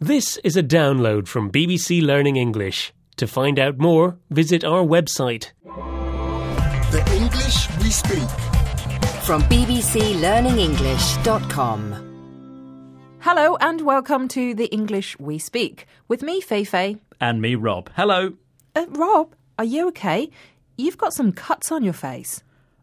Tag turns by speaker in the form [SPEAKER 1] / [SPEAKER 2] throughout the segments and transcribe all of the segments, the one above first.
[SPEAKER 1] This is a download from BBC Learning English. To find out more, visit our website.
[SPEAKER 2] The English we speak.
[SPEAKER 3] from bbclearningenglish.com.
[SPEAKER 4] Hello and welcome to the English We Speak with me, Fei Fei.
[SPEAKER 5] And me, Rob. Hello.
[SPEAKER 4] Uh, Rob, are you okay? You've got some cuts on your face.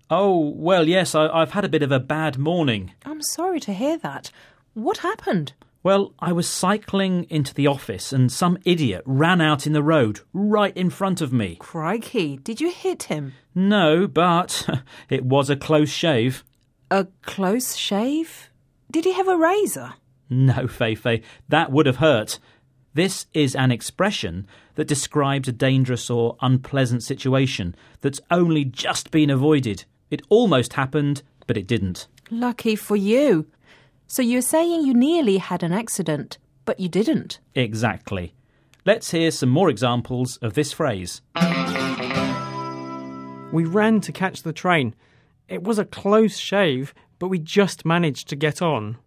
[SPEAKER 5] Oh, well, yes, I, I've had a bit of a bad morning.
[SPEAKER 4] I'm sorry to hear that. What happened?
[SPEAKER 5] Well, I was cycling into the office and some idiot ran out in the road right in front of me.
[SPEAKER 4] Crikey, did you hit him?
[SPEAKER 5] No, but it was a close shave.
[SPEAKER 4] A close shave? Did he have a razor?
[SPEAKER 5] No, Feifei, that would have hurt. This is an expression that describes a dangerous or unpleasant situation that's only just been avoided. It almost happened, but it didn't.
[SPEAKER 4] Lucky for you. So you're saying you nearly had an accident, but you didn't.
[SPEAKER 5] Exactly. Let's hear some more examples of this phrase.
[SPEAKER 6] We ran to catch the train. It was a close shave, but we just managed to get on.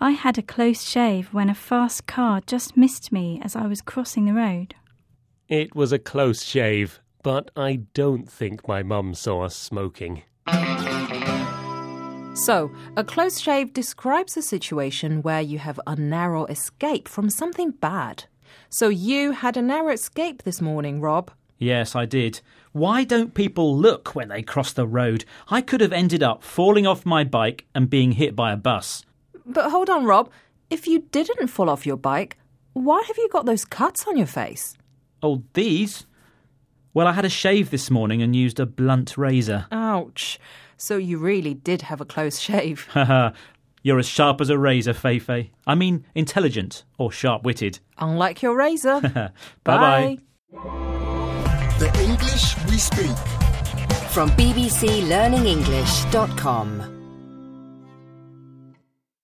[SPEAKER 7] I had a close shave when a fast car just missed me as I was crossing the road.
[SPEAKER 1] It was a close shave, but I don't think my mum saw us smoking.
[SPEAKER 4] So, a close shave describes a situation where you have a narrow escape from something bad. So, you had a narrow escape this morning, Rob.
[SPEAKER 5] Yes, I did. Why don't people look when they cross the road? I could have ended up falling off my bike and being hit by a bus.
[SPEAKER 4] But hold on, Rob. If you didn't fall off your bike, why have you got those cuts on your face?
[SPEAKER 5] Oh, these? Well, I had a shave this morning and used a blunt razor.
[SPEAKER 4] Ouch. So, you really did have a close shave.
[SPEAKER 5] Haha, you're as sharp as a razor, Feifei. I mean, intelligent or sharp witted.
[SPEAKER 4] Unlike your razor.
[SPEAKER 5] bye bye.
[SPEAKER 2] The English we speak.
[SPEAKER 3] From bbclearningenglish.com.